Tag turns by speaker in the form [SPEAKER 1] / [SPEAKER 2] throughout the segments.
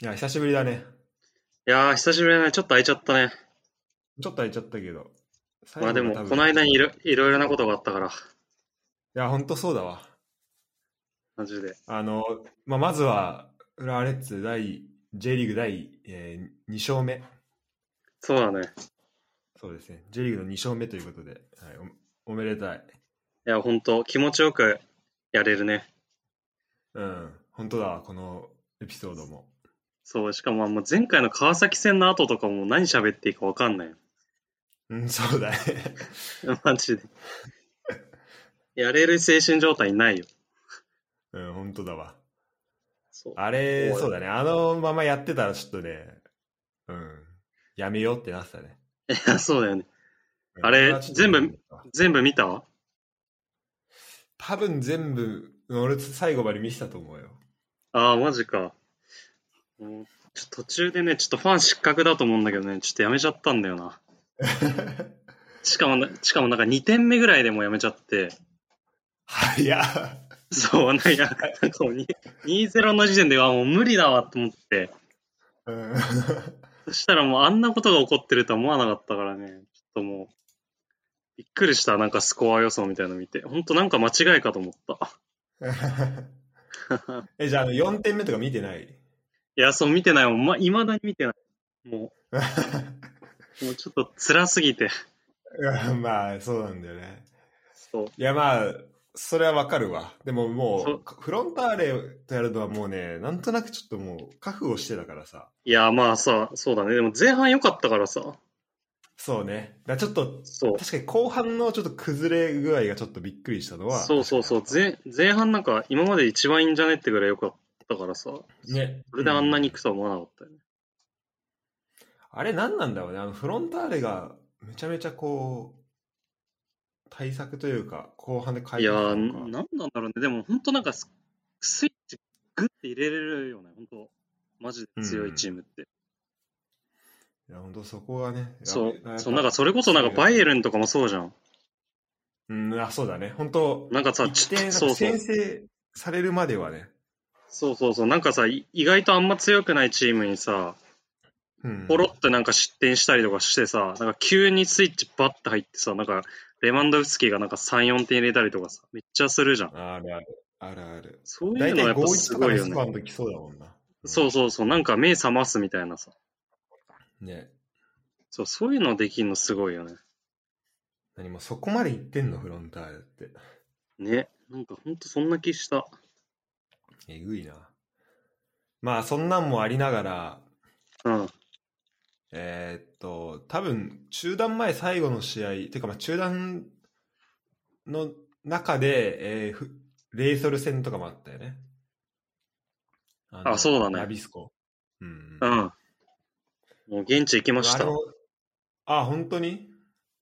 [SPEAKER 1] いや、久しぶりだね。
[SPEAKER 2] いやー、久しぶりだね。ちょっと空いちゃったね。
[SPEAKER 1] ちょっと空いちゃったけど。最後
[SPEAKER 2] まあ
[SPEAKER 1] は
[SPEAKER 2] で
[SPEAKER 1] 多
[SPEAKER 2] も、
[SPEAKER 1] 分
[SPEAKER 2] この間にいろいろいろなことがあったから、
[SPEAKER 1] いや、ほんとそうだわ。
[SPEAKER 2] マジで。
[SPEAKER 1] あの、まあ、まずは、浦和レッズ第、J リーグ第、えー、2勝目。
[SPEAKER 2] そうだね。
[SPEAKER 1] そうですね。J リーグの2勝目ということで、はい、おおめでたい。
[SPEAKER 2] いや、ほんと、気持ちよくやれるね。
[SPEAKER 1] うん。本当だわ、このエピソードも。
[SPEAKER 2] そう、しかも、もう前回の川崎戦の後とかも何喋っていいか分かんない。
[SPEAKER 1] うん、そうだね。
[SPEAKER 2] マジで。やれる精神状態ないよ。
[SPEAKER 1] うん、本当だわ。
[SPEAKER 2] そう。
[SPEAKER 1] あれ、
[SPEAKER 2] そう
[SPEAKER 1] そうだね。あのままやってたらちょっとね、うん、やめようってなってたね。
[SPEAKER 2] いやそうだよね。
[SPEAKER 1] うん
[SPEAKER 2] あれ
[SPEAKER 1] れはちょっと
[SPEAKER 2] 全部全部見たわ
[SPEAKER 1] 多分全部、俺最後まで見せたと思うよ。
[SPEAKER 2] ああ、マジか。もうちょっと途中でね、ちょっとファン失格だと思うんだけどね、ちょっとやめちゃったんだよな。しかもな、しかもなんか2点目ぐらいでもうやめちゃって、
[SPEAKER 1] 早っ。
[SPEAKER 2] そう、なんか、なんかもうに2-0の時点ではもう無理だわと思って、
[SPEAKER 1] うん。
[SPEAKER 2] そしたらもうあんなことが起こってるとは思わなかったからね、ちょっともう、びっくりした、なんかスコア予想みたいなの見て、ほんとなんか間違いかと思った。
[SPEAKER 1] え、じゃああの4点目とか見てない
[SPEAKER 2] いや、そう見てないもん、ま、未だに見てない。もう、もうちょっと辛すぎて、
[SPEAKER 1] まあ、そうなんだよね。
[SPEAKER 2] そう。
[SPEAKER 1] いや、まあ、それはわかるわ。でも
[SPEAKER 2] そ
[SPEAKER 1] も
[SPEAKER 2] う
[SPEAKER 1] う、フロンターレとやるのはもうね、なんとなくちょっともう、覚悟してたからさ。
[SPEAKER 2] いや、まあさ、そうだね。でも前半良かったからさ。
[SPEAKER 1] そうね。だからちょっと、
[SPEAKER 2] そう。
[SPEAKER 1] 確かに後半のちょっと崩れ具合がちょっとびっくりしたのは。
[SPEAKER 2] そうそうそう。前、前半なんか今まで一番いいんじゃねってぐらい良かったからさ。
[SPEAKER 1] ね。
[SPEAKER 2] それであんなに
[SPEAKER 1] う
[SPEAKER 2] 行くとは思わなかったよね。
[SPEAKER 1] あれ何なんだろうね、あのフロンターレがめちゃめちゃこう、対策というか、後半で変え
[SPEAKER 2] い
[SPEAKER 1] て
[SPEAKER 2] や
[SPEAKER 1] たのか
[SPEAKER 2] ー、なんなんだろうね。でも本当なんかススイッチグッて入れれるよね。本当マジで強いチームって。
[SPEAKER 1] いや、本当そこがね、
[SPEAKER 2] そ
[SPEAKER 1] やっぱ
[SPEAKER 2] う。そう、なんかそれこそなんかバイエルンとかもそうじゃん。
[SPEAKER 1] うん、あそうだね、本当、
[SPEAKER 2] なんかさ、
[SPEAKER 1] 一定、
[SPEAKER 2] そうそう
[SPEAKER 1] 先。制されるまではね、
[SPEAKER 2] そうそうそう。なんかさ、い意外とあんま強くないチームにさ、
[SPEAKER 1] うん、
[SPEAKER 2] ポロってなんか失点したりとかしてさ、なんか急にスイッチバッて入ってさ、なんかレマンドフスキーがなんか3、4点入れたりとかさ、めっちゃするじゃん。
[SPEAKER 1] あるある、あるある。
[SPEAKER 2] そうい
[SPEAKER 1] 大
[SPEAKER 2] うの
[SPEAKER 1] 体
[SPEAKER 2] はやっぱ
[SPEAKER 1] 5-1
[SPEAKER 2] す
[SPEAKER 1] とか
[SPEAKER 2] ごい
[SPEAKER 1] の
[SPEAKER 2] よ
[SPEAKER 1] スコアの
[SPEAKER 2] ね。
[SPEAKER 1] 時そうだもんな。
[SPEAKER 2] そうそうそう、なんか目覚ますみたいなさ。
[SPEAKER 1] うん。ね、
[SPEAKER 2] そう、そういうのできんのすごいよね。
[SPEAKER 1] 何もそこまで行ってんの、フロンターレって。
[SPEAKER 2] ね。なんかほんとそんな気した。
[SPEAKER 1] えぐいな。まあ、そんなんもありながら、
[SPEAKER 2] うん。
[SPEAKER 1] えーっと、多分中断前最後の試合、てかまあ中断の中で、えーふレイソル戦とかもあったよね。あの
[SPEAKER 2] あそうだね
[SPEAKER 1] ナビスコ。うん。
[SPEAKER 2] うん。もう現地行きまし
[SPEAKER 1] あ
[SPEAKER 2] た。
[SPEAKER 1] のあ、本当に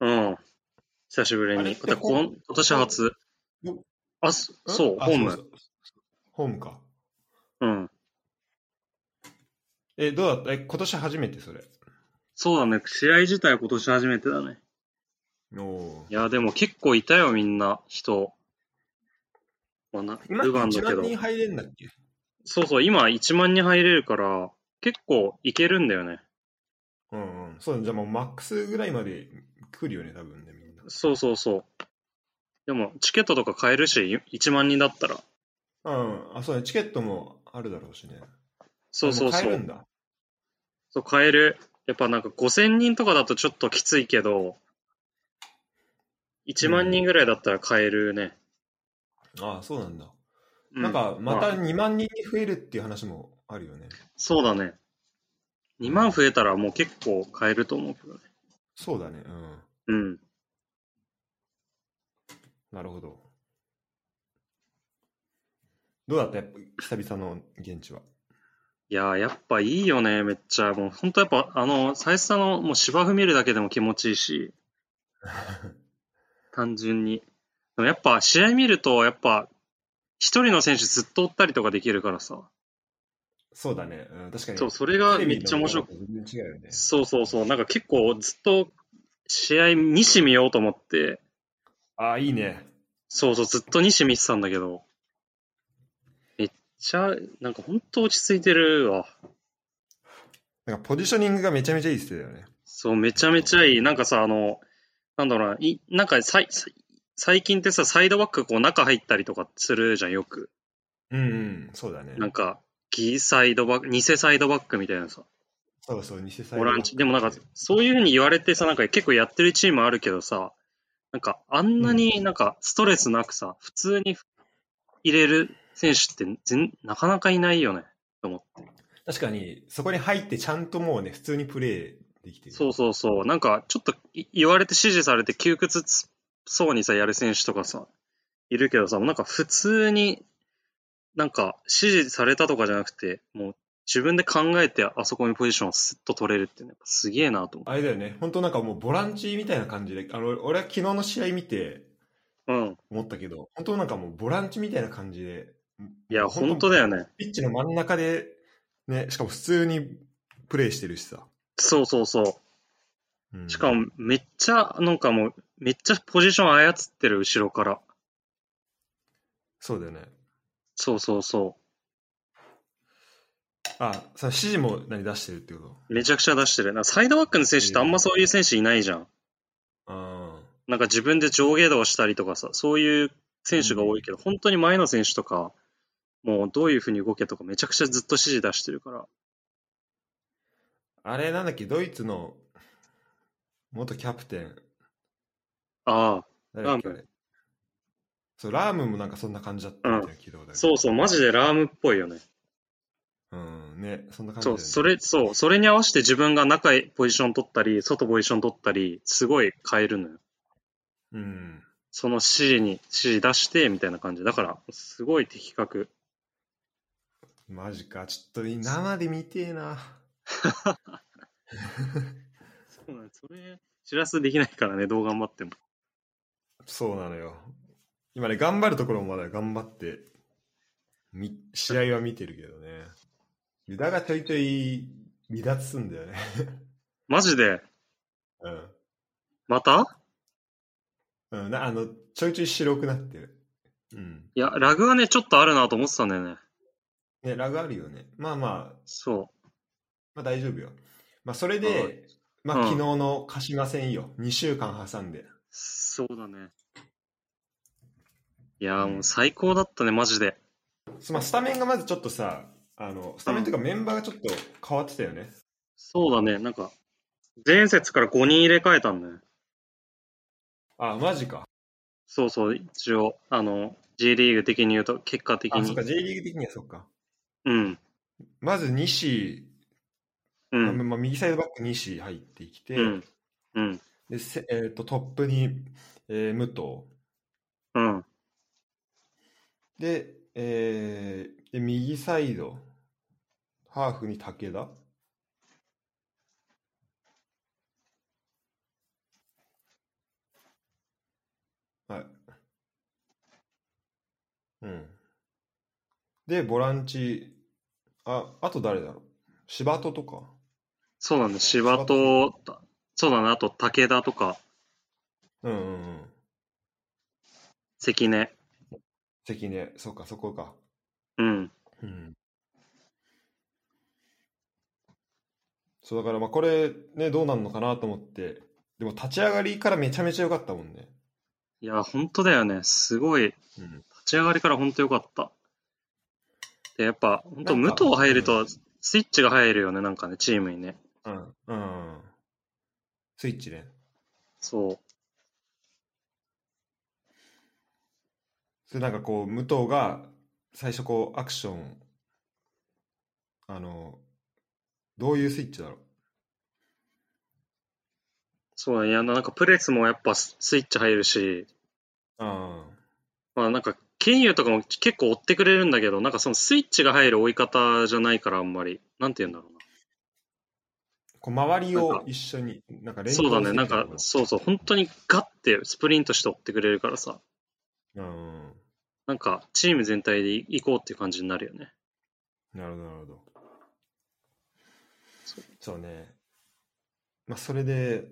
[SPEAKER 2] うん。久しぶり
[SPEAKER 1] あれ
[SPEAKER 2] に。
[SPEAKER 1] って
[SPEAKER 2] だこん今年初
[SPEAKER 1] うん。
[SPEAKER 2] あ、そそう、
[SPEAKER 1] あ
[SPEAKER 2] ホ
[SPEAKER 1] そ
[SPEAKER 2] ー
[SPEAKER 1] う
[SPEAKER 2] ム。
[SPEAKER 1] そうホームか。
[SPEAKER 2] うん。
[SPEAKER 1] え、どうだったえ、今年初めてそれ。
[SPEAKER 2] そうだね。試合自体は今年初めてだね。
[SPEAKER 1] おお
[SPEAKER 2] い。や、でも結構いたよ、みんな、人。まあ、な
[SPEAKER 1] 今、
[SPEAKER 2] ルヴァン
[SPEAKER 1] 1
[SPEAKER 2] だけ
[SPEAKER 1] 万
[SPEAKER 2] ど。
[SPEAKER 1] 人入れんだっけ
[SPEAKER 2] そうそう、今1万人入れるから、結構いけるんだよね。
[SPEAKER 1] うんうん。そうだねじゃあもうマックスぐらいまで来るよね、多分ね、みんな。
[SPEAKER 2] そうそうそう。でも、チケットとか買えるし、1万人だったら。
[SPEAKER 1] うん。あ、そうだね。チケットもあるだろうしね。
[SPEAKER 2] そうそう
[SPEAKER 1] あも
[SPEAKER 2] そ
[SPEAKER 1] 買える
[SPEAKER 2] う。
[SPEAKER 1] んだ。
[SPEAKER 2] そう買える。やっぱなんか5000人とかだとちょっときついけど、1万人ぐらいだったら買えるね。
[SPEAKER 1] ああ、そうなんだ。
[SPEAKER 2] う
[SPEAKER 1] なんか、ま
[SPEAKER 2] あ
[SPEAKER 1] た2万人に増えるっていう話もあるよね。
[SPEAKER 2] そうだね。2万増えたらもう結構買えると思うけどね。
[SPEAKER 1] そうだね。うん。
[SPEAKER 2] うん。
[SPEAKER 1] なるほど。どうだったやっぱ久々の現地は。
[SPEAKER 2] いやー、やっぱいいよね、めっちゃ。もう、本当やっぱ、あの、最初の、もう芝生見るだけでも気持ちい いし、単純に。でもやっぱ、試合見ると、やっぱ、一人の選手ずっと追ったりとかできるからさ。
[SPEAKER 1] そうだね。うん、確かに。
[SPEAKER 2] そう、それがめっちゃ面白く
[SPEAKER 1] テレビの方と全然違うよね。
[SPEAKER 2] そうそうそう、なんか結構ずっと、試合、西見ようと思って、
[SPEAKER 1] ああ、いいね。
[SPEAKER 2] そうそう、ずっと西見てたんだけど、めっちゃ、なんか本当落ち着いてるわ。
[SPEAKER 1] なんかポジショニングがめちゃめちゃいいっすよね。
[SPEAKER 2] そう、めちゃめちゃいい。なんかさ、あの、なんだろうな、いなんかさいさい最近ってさ、サイドバックこう中入ったりとかするじゃん、よく。
[SPEAKER 1] うんうん、そうだね。
[SPEAKER 2] なんか、偽サイドバック、偽サイドバックみたいなさ、
[SPEAKER 1] そうそう、偽サイドバ
[SPEAKER 2] ボ
[SPEAKER 1] ック
[SPEAKER 2] ランチ。でもなんか、そういうふうに言われてさ、なんか結構やってるチームあるけどさ、なんかあんなになんかストレスなくさ、普通に入れる選手って全なかなかいないよね。
[SPEAKER 1] 確かに、そこに入ってちゃんともうね、普通にプレーできてる。
[SPEAKER 2] そうそうそう。なんか、ちょっとい言われて指示されて窮屈つそうにさ、やる選手とかさ、いるけどさ、もうなんか普通に、なんか指示されたとかじゃなくて、もう自分で考えてあそこにポジションをスッと取れるってね、やっぱすげえなと思
[SPEAKER 1] あれだよね、本当なんかもうボランチみたいな感じで、あの、俺は昨日の試合見て
[SPEAKER 2] う。うん。
[SPEAKER 1] 思ったけど、本当なんかもうボランチみたいな感じで。
[SPEAKER 2] いや、本当だよね。
[SPEAKER 1] ピッチの真ん中で、ね、しかも普通にプレーしてるしさ。
[SPEAKER 2] そうそうそ
[SPEAKER 1] うん
[SPEAKER 2] う。しかも、めっちゃ、なんかもう、めっちゃポジション操ってる、後ろから。
[SPEAKER 1] そうだよね。
[SPEAKER 2] そうそうそ
[SPEAKER 1] あ、その指示も何出してるってこと
[SPEAKER 2] う。めちゃくちゃ出してる。なんかサイドバックの選手ってあんまそういう選手いないじゃん。
[SPEAKER 1] あ
[SPEAKER 2] なんか自分で上下動したりとかさ、そういう選手が多いけど、本当に前の選手とか、もうどういうふうに動けとか、めちゃくちゃずっと指示出してるから。
[SPEAKER 1] あ。あれなんだっけ、ドイツの元キャプテン。
[SPEAKER 2] あ
[SPEAKER 1] 誰だっけあ
[SPEAKER 2] ラーム
[SPEAKER 1] れ。そう、ラームもなんかそんな感じだったみたいな聞いたことある、
[SPEAKER 2] あ、そうそう、マジでラームっぽいよね。
[SPEAKER 1] うん、ね、そんな感じだ
[SPEAKER 2] そ
[SPEAKER 1] よ
[SPEAKER 2] う、
[SPEAKER 1] ね
[SPEAKER 2] それ、そう、それに合わせて自分が中へポジション取ったり、外ポジション取ったり、すごい変えるのよ。
[SPEAKER 1] うん。
[SPEAKER 2] その指示に、指示出して、みたいな感じ。だから、すごい的確。
[SPEAKER 1] マジか。ちょっと生で見てえな。
[SPEAKER 2] そうなんそれ、知らせできないからね、どう頑張っても。
[SPEAKER 1] そうなのよ。今ね、頑張るところもまだ頑張って、み試合は見てるけどね。ユダがちょいちょい離脱すんだよね。
[SPEAKER 2] マジで、
[SPEAKER 1] うん。
[SPEAKER 2] また
[SPEAKER 1] うん、なあの、ちょいちょい白くなってる。うん。
[SPEAKER 2] いや、ラグはね、ちょっとあるなと思ってたんだよね。
[SPEAKER 1] ね、ラグあるよね。まあまあ、
[SPEAKER 2] そう。
[SPEAKER 1] まあ大丈夫よ。まあそれで、
[SPEAKER 2] はい
[SPEAKER 1] まあ
[SPEAKER 2] うん
[SPEAKER 1] 昨日の鹿島戦よ。2週間挟んで。
[SPEAKER 2] そうだね。いやー
[SPEAKER 1] うん
[SPEAKER 2] もう最高だったね、マジで。
[SPEAKER 1] そまあ、スタメンがまずちょっとさ、あの、スタメンというかメンバーがちょっと変わってたよね。
[SPEAKER 2] そうだね、なんか、前節から5人入れ替えたんだね。
[SPEAKER 1] あ、マジか。
[SPEAKER 2] そうそう、一応、あの、J リーグ的に言うと、結果的
[SPEAKER 1] あ、そっ
[SPEAKER 2] に。
[SPEAKER 1] か、J リーグ的にはそっか。
[SPEAKER 2] うん。
[SPEAKER 1] まず西、
[SPEAKER 2] うん。
[SPEAKER 1] まあ、右サイドバック西入ってきて、
[SPEAKER 2] うん。うん。
[SPEAKER 1] でせえー、とトップに、えー武藤
[SPEAKER 2] うん。
[SPEAKER 1] で,、えーで、右サイド、ハーフに武田。はい。うん。で、ボランチ、あ、あと誰だろう柴戸とか。
[SPEAKER 2] そうだね、芝と、そうだね、あと武田とか、
[SPEAKER 1] うんうんうん。
[SPEAKER 2] 関根。
[SPEAKER 1] 関根、そうか、そこか。
[SPEAKER 2] うん。
[SPEAKER 1] うん。そうだから、まあこれね、どうなんのかなと思って、でも立ち上がりからめちゃめちゃ良かったもんね。
[SPEAKER 2] いや、本当だよね、すごい。
[SPEAKER 1] うん。
[SPEAKER 2] 立ち上がりから本当良かった。で、やっぱ、本当
[SPEAKER 1] なん
[SPEAKER 2] 武
[SPEAKER 1] か
[SPEAKER 2] 藤入ると、スイッチが入るよね、なんかね、チームにね。
[SPEAKER 1] うん。うん。スイッチね。
[SPEAKER 2] そう。
[SPEAKER 1] それなんかこう、武藤が最初こう、アクション、あの、どういうスイッチだろう。
[SPEAKER 2] そうだね、いや、なんかプレスもやっぱススイッチ入るし、
[SPEAKER 1] あ
[SPEAKER 2] まあなんか、ケンユとかも結構追ってくれるんだけど、なんかそのスイッチが入る追い方じゃないから、あんまり。なんて言うんだろうな。
[SPEAKER 1] こう周り
[SPEAKER 2] なん
[SPEAKER 1] を
[SPEAKER 2] か
[SPEAKER 1] 一緒に、なんか連
[SPEAKER 2] そうだね、なんか、
[SPEAKER 1] う
[SPEAKER 2] そうそう、本当にガッてスプリントして追ってくれるからさ、
[SPEAKER 1] ん。
[SPEAKER 2] なんか、チーム全体で行こうっていう感じになるよね。
[SPEAKER 1] なるほど、なるほど。
[SPEAKER 2] そう
[SPEAKER 1] そうね。まあ、それで、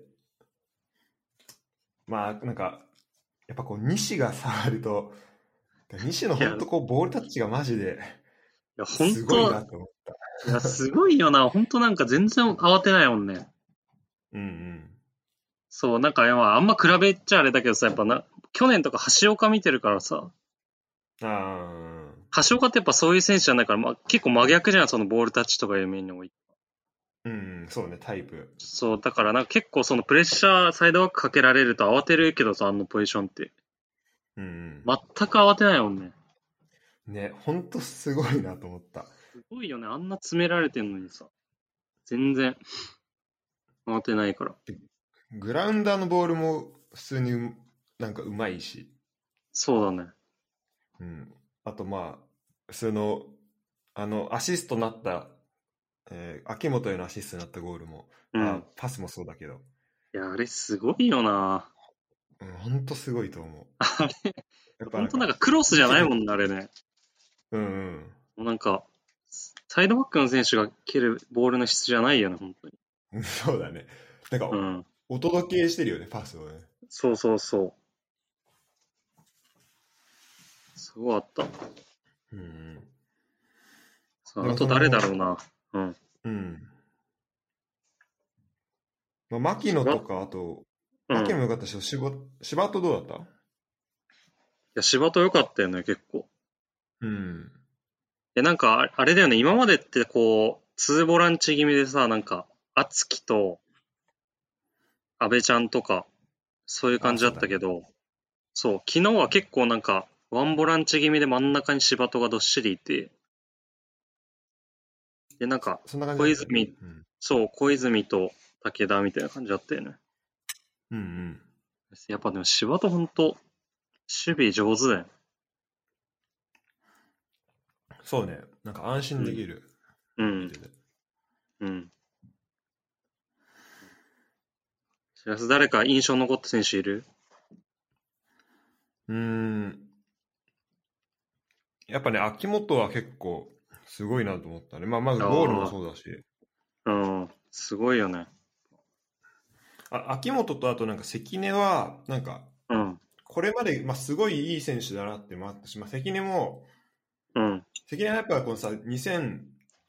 [SPEAKER 1] まあ、なんか、やっぱこう、西が触ると、西の
[SPEAKER 2] いや
[SPEAKER 1] 本当こう、ボールタッチがマジで、
[SPEAKER 2] いや、本
[SPEAKER 1] すごいな
[SPEAKER 2] 当
[SPEAKER 1] と思う。
[SPEAKER 2] いや、すごいよな。ほんとなんか全然慌てないもんね。
[SPEAKER 1] うんうん。
[SPEAKER 2] そう、なんか今、あんま比べちゃあれだけどさ、やっぱな、去年とか橋岡見てるからさ、
[SPEAKER 1] あ
[SPEAKER 2] 橋岡ってやっぱそういう選手じゃないから、まあ、結構真逆じゃん、そのボールタッチとかいう面において。
[SPEAKER 1] ーうん、そうね、タイプ。
[SPEAKER 2] そう、だからなんか結構そのプレッシャー、サイドバックかけられると慌てるけどさ、あのポジションって。
[SPEAKER 1] うん、うん。
[SPEAKER 2] 全く慌てないもんね。
[SPEAKER 1] ね、ほんとすごいなと思った。
[SPEAKER 2] すごいよね、あんな詰められてんのにさ。全然、慌てないから。
[SPEAKER 1] グラウンダーのボールも普通にうなんかうまいし、
[SPEAKER 2] そうだね。
[SPEAKER 1] うん、あとまあ、その、あの、アシストになった、えー秋元へのアシストになったゴールも、
[SPEAKER 2] う
[SPEAKER 1] あ
[SPEAKER 2] ん。
[SPEAKER 1] パスもそうだけど、
[SPEAKER 2] いや、あれすごいよな。
[SPEAKER 1] うん、ほんとすごいと 思う。
[SPEAKER 2] あれ、
[SPEAKER 1] やっぱ
[SPEAKER 2] ほ
[SPEAKER 1] なん
[SPEAKER 2] んと
[SPEAKER 1] か
[SPEAKER 2] なんかクロスじゃないもんね、あれね。
[SPEAKER 1] うんうん。
[SPEAKER 2] なんか、サイドバックの選手が蹴るボールの質じゃないよね、本当に。
[SPEAKER 1] うんそうだね。なんか、
[SPEAKER 2] うん。
[SPEAKER 1] お届けしてるよね、パスをね。
[SPEAKER 2] そうそうそう。すごかった。
[SPEAKER 1] うんうん。
[SPEAKER 2] そうあと誰だろうな。うん。
[SPEAKER 1] うん。まあ、牧野とか、あと、
[SPEAKER 2] うん、
[SPEAKER 1] 牧野
[SPEAKER 2] い
[SPEAKER 1] もよかったし、芝芝とどうだった
[SPEAKER 2] や、柴田良かったよね、結構。
[SPEAKER 1] うん。
[SPEAKER 2] え、なんか、ああれだよね、今までってこう、ツーボランチ気味でさ、なんか、敦樹と、安倍ちゃんとか、そういう感じだったけど、そう、昨日は結構なんか、ワンボランチ気味で真ん中に柴戸がどっしりいて、で、なんか、
[SPEAKER 1] そんな感じ
[SPEAKER 2] 小
[SPEAKER 1] だったね
[SPEAKER 2] 泉そう、小泉と武田みたいな感じだったよね。
[SPEAKER 1] うん。うんうん。
[SPEAKER 2] やっぱでも柴戸ほんと、守備上手だよ。
[SPEAKER 1] そうね。なんか安心できる。
[SPEAKER 2] うん
[SPEAKER 1] 見。てて
[SPEAKER 2] うん。しらす誰か印象残った選手いる
[SPEAKER 1] うーん。やっぱね、秋元は結構すごいなと思ったね。まあ、まずゴールもそうだし。
[SPEAKER 2] うん。すごいよね。
[SPEAKER 1] あ秋元とあとなんか関根は、なんか、
[SPEAKER 2] うん。
[SPEAKER 1] これまで、まあ、すごいいい選手だなっていうのもあったし、まあ、関根も、
[SPEAKER 2] うん。
[SPEAKER 1] 関根はやっぱこのさ、2000、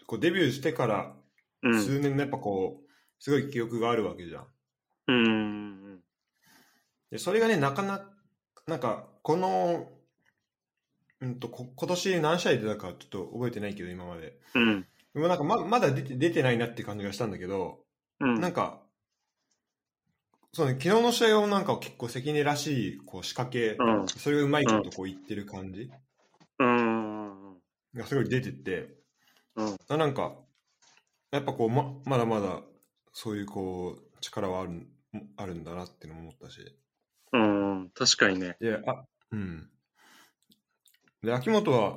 [SPEAKER 1] こうデビューしてから
[SPEAKER 2] うん。
[SPEAKER 1] 数年のやっぱこう、すごい記憶があるわけじゃん。
[SPEAKER 2] うん。
[SPEAKER 1] で、それがね、なかなか、なんか、この、うんと、こ今年何試合出たかちょっと覚えてないけど、今まで。
[SPEAKER 2] うん。
[SPEAKER 1] でもなんかま、まだ出て出てないなって感じがしたんだけど、
[SPEAKER 2] うん。
[SPEAKER 1] なんか、そうね、昨日の試合はなんか結構関根らしい、こう仕掛け、
[SPEAKER 2] うん
[SPEAKER 1] それがうまいことこう言ってる感じ
[SPEAKER 2] うん。
[SPEAKER 1] がすごい出てて、
[SPEAKER 2] うん
[SPEAKER 1] あなんか、やっぱこう、ま、まだまだ、そういうこう、力はある、あるんだなっていうのも思ったし。
[SPEAKER 2] うん。確かにね。
[SPEAKER 1] で、あ、うん。で、秋元は、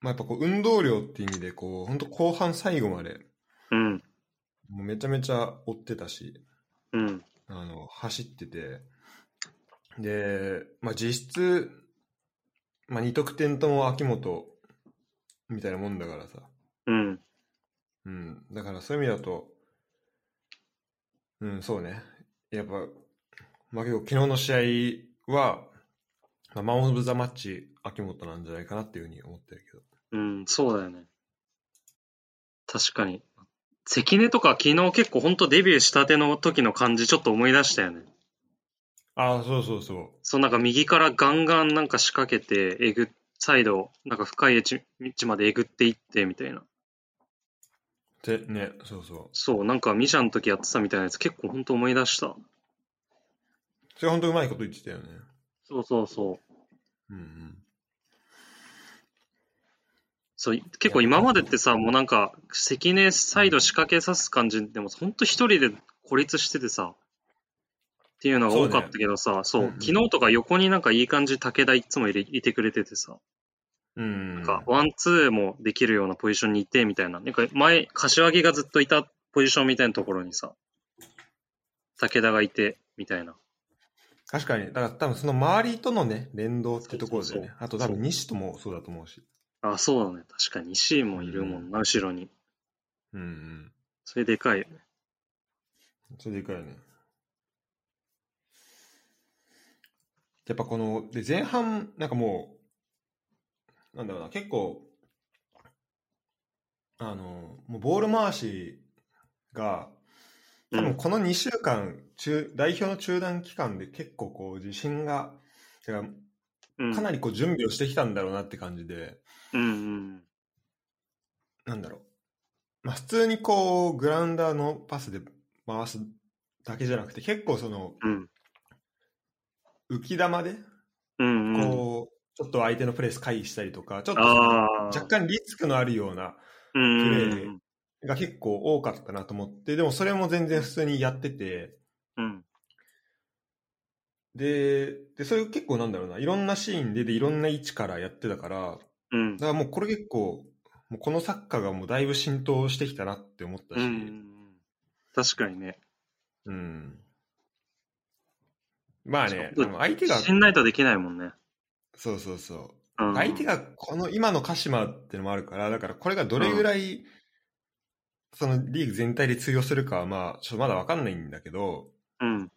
[SPEAKER 1] まあ、やっぱこう、運動量っていう意味で、こう、本当後半最後まで、
[SPEAKER 2] うん。
[SPEAKER 1] もうめちゃめちゃ追ってたし、
[SPEAKER 2] うん。
[SPEAKER 1] あの、走ってて、で、まあ、実質、まあ、2得点とも秋元、みたいなもんだからさ、
[SPEAKER 2] うん。
[SPEAKER 1] うん、だからそういう意味だと、うん、そうね。やっぱ、まあ、結構昨日の試合は、まあ、マン・オブ・ザ・マッチ、秋元なんじゃないかなっていうふうに思ってるけど。
[SPEAKER 2] うん。そうだよね。確かに。関根とか昨日結構ほんとデビューしたての時の感じちょっと思い出したよね。
[SPEAKER 1] ああ、そうそうそ
[SPEAKER 2] そうなんか右からガンガンなんか仕掛けて、えぐ、サイド、なんか深い位置位置までえぐっていってみたいな。
[SPEAKER 1] う。て、ね、そうそう。
[SPEAKER 2] そう、なんかミシャの時やってたみたいなやつ結構ほんと思い出した。
[SPEAKER 1] それ本当うまいこと言ってたよね。
[SPEAKER 2] そうそうそう。
[SPEAKER 1] うんうん。
[SPEAKER 2] そう結構今までってさ、もうなんか、関根サイド仕掛けさす感じでも、ほんと一人で孤立しててさ、っていうのが多かったけどさ、そう,、
[SPEAKER 1] うんうん
[SPEAKER 2] 昨日とか横になんかいい感じ武田いつもいれいてくれててさ、
[SPEAKER 1] うん、
[SPEAKER 2] なんかワンツーもできるようなポジションにいてみたいな、なんか前、柏木がずっといたポジションみたいなところにさ、武田がいて、みたいな。
[SPEAKER 1] 確かに。だから多分その周りとのね、連動ってところで
[SPEAKER 2] そうそう
[SPEAKER 1] ね。あと多分西ともそうだと思うし。
[SPEAKER 2] あ、そうだね。確かに石井もいるもんな、後ろに。
[SPEAKER 1] うんうん。
[SPEAKER 2] それでかいよね。
[SPEAKER 1] それでかいね。やっぱこの、で、前半、なんかもう、なんだろうな、結構、あの、もうボール回しが、多分この2週間、中代表の中断期間で結構こう自信が、てか
[SPEAKER 2] うん、
[SPEAKER 1] かなりこう準備をしてきたんだろうなって感じで、
[SPEAKER 2] うんうん
[SPEAKER 1] なんだろう。まあ普通にこうグラウンダーのパスで回すだけじゃなくて、結構その
[SPEAKER 2] うん
[SPEAKER 1] 浮き玉で、
[SPEAKER 2] うんうん
[SPEAKER 1] こう、ちょっと相手のプレス回避したりとか、ちょっとその
[SPEAKER 2] ああ
[SPEAKER 1] 若干リスクのあるような
[SPEAKER 2] うんうん
[SPEAKER 1] プレーが結構多かったなと思って、でもそれも全然普通にやってて、
[SPEAKER 2] うん
[SPEAKER 1] で、で、それ結構なんだろうな、いろんなシーンで、で、いろんな位置からやってたから、
[SPEAKER 2] うん
[SPEAKER 1] だからもうこれ結構、もうこのサッカーがもうだいぶ浸透してきたなって思ったし、
[SPEAKER 2] うんうん確かにね
[SPEAKER 1] うんまあね、
[SPEAKER 2] ちょっと
[SPEAKER 1] あの相手が、
[SPEAKER 2] 自信ないとできないもんね、
[SPEAKER 1] そうそうそうう、
[SPEAKER 2] ん、
[SPEAKER 1] 相手がこの今の鹿島ってのもあるから、だからこれがどれぐらい、そのリーグ全体で通用するかは、まあ、ちょっとまだわかんないんだけど、
[SPEAKER 2] うん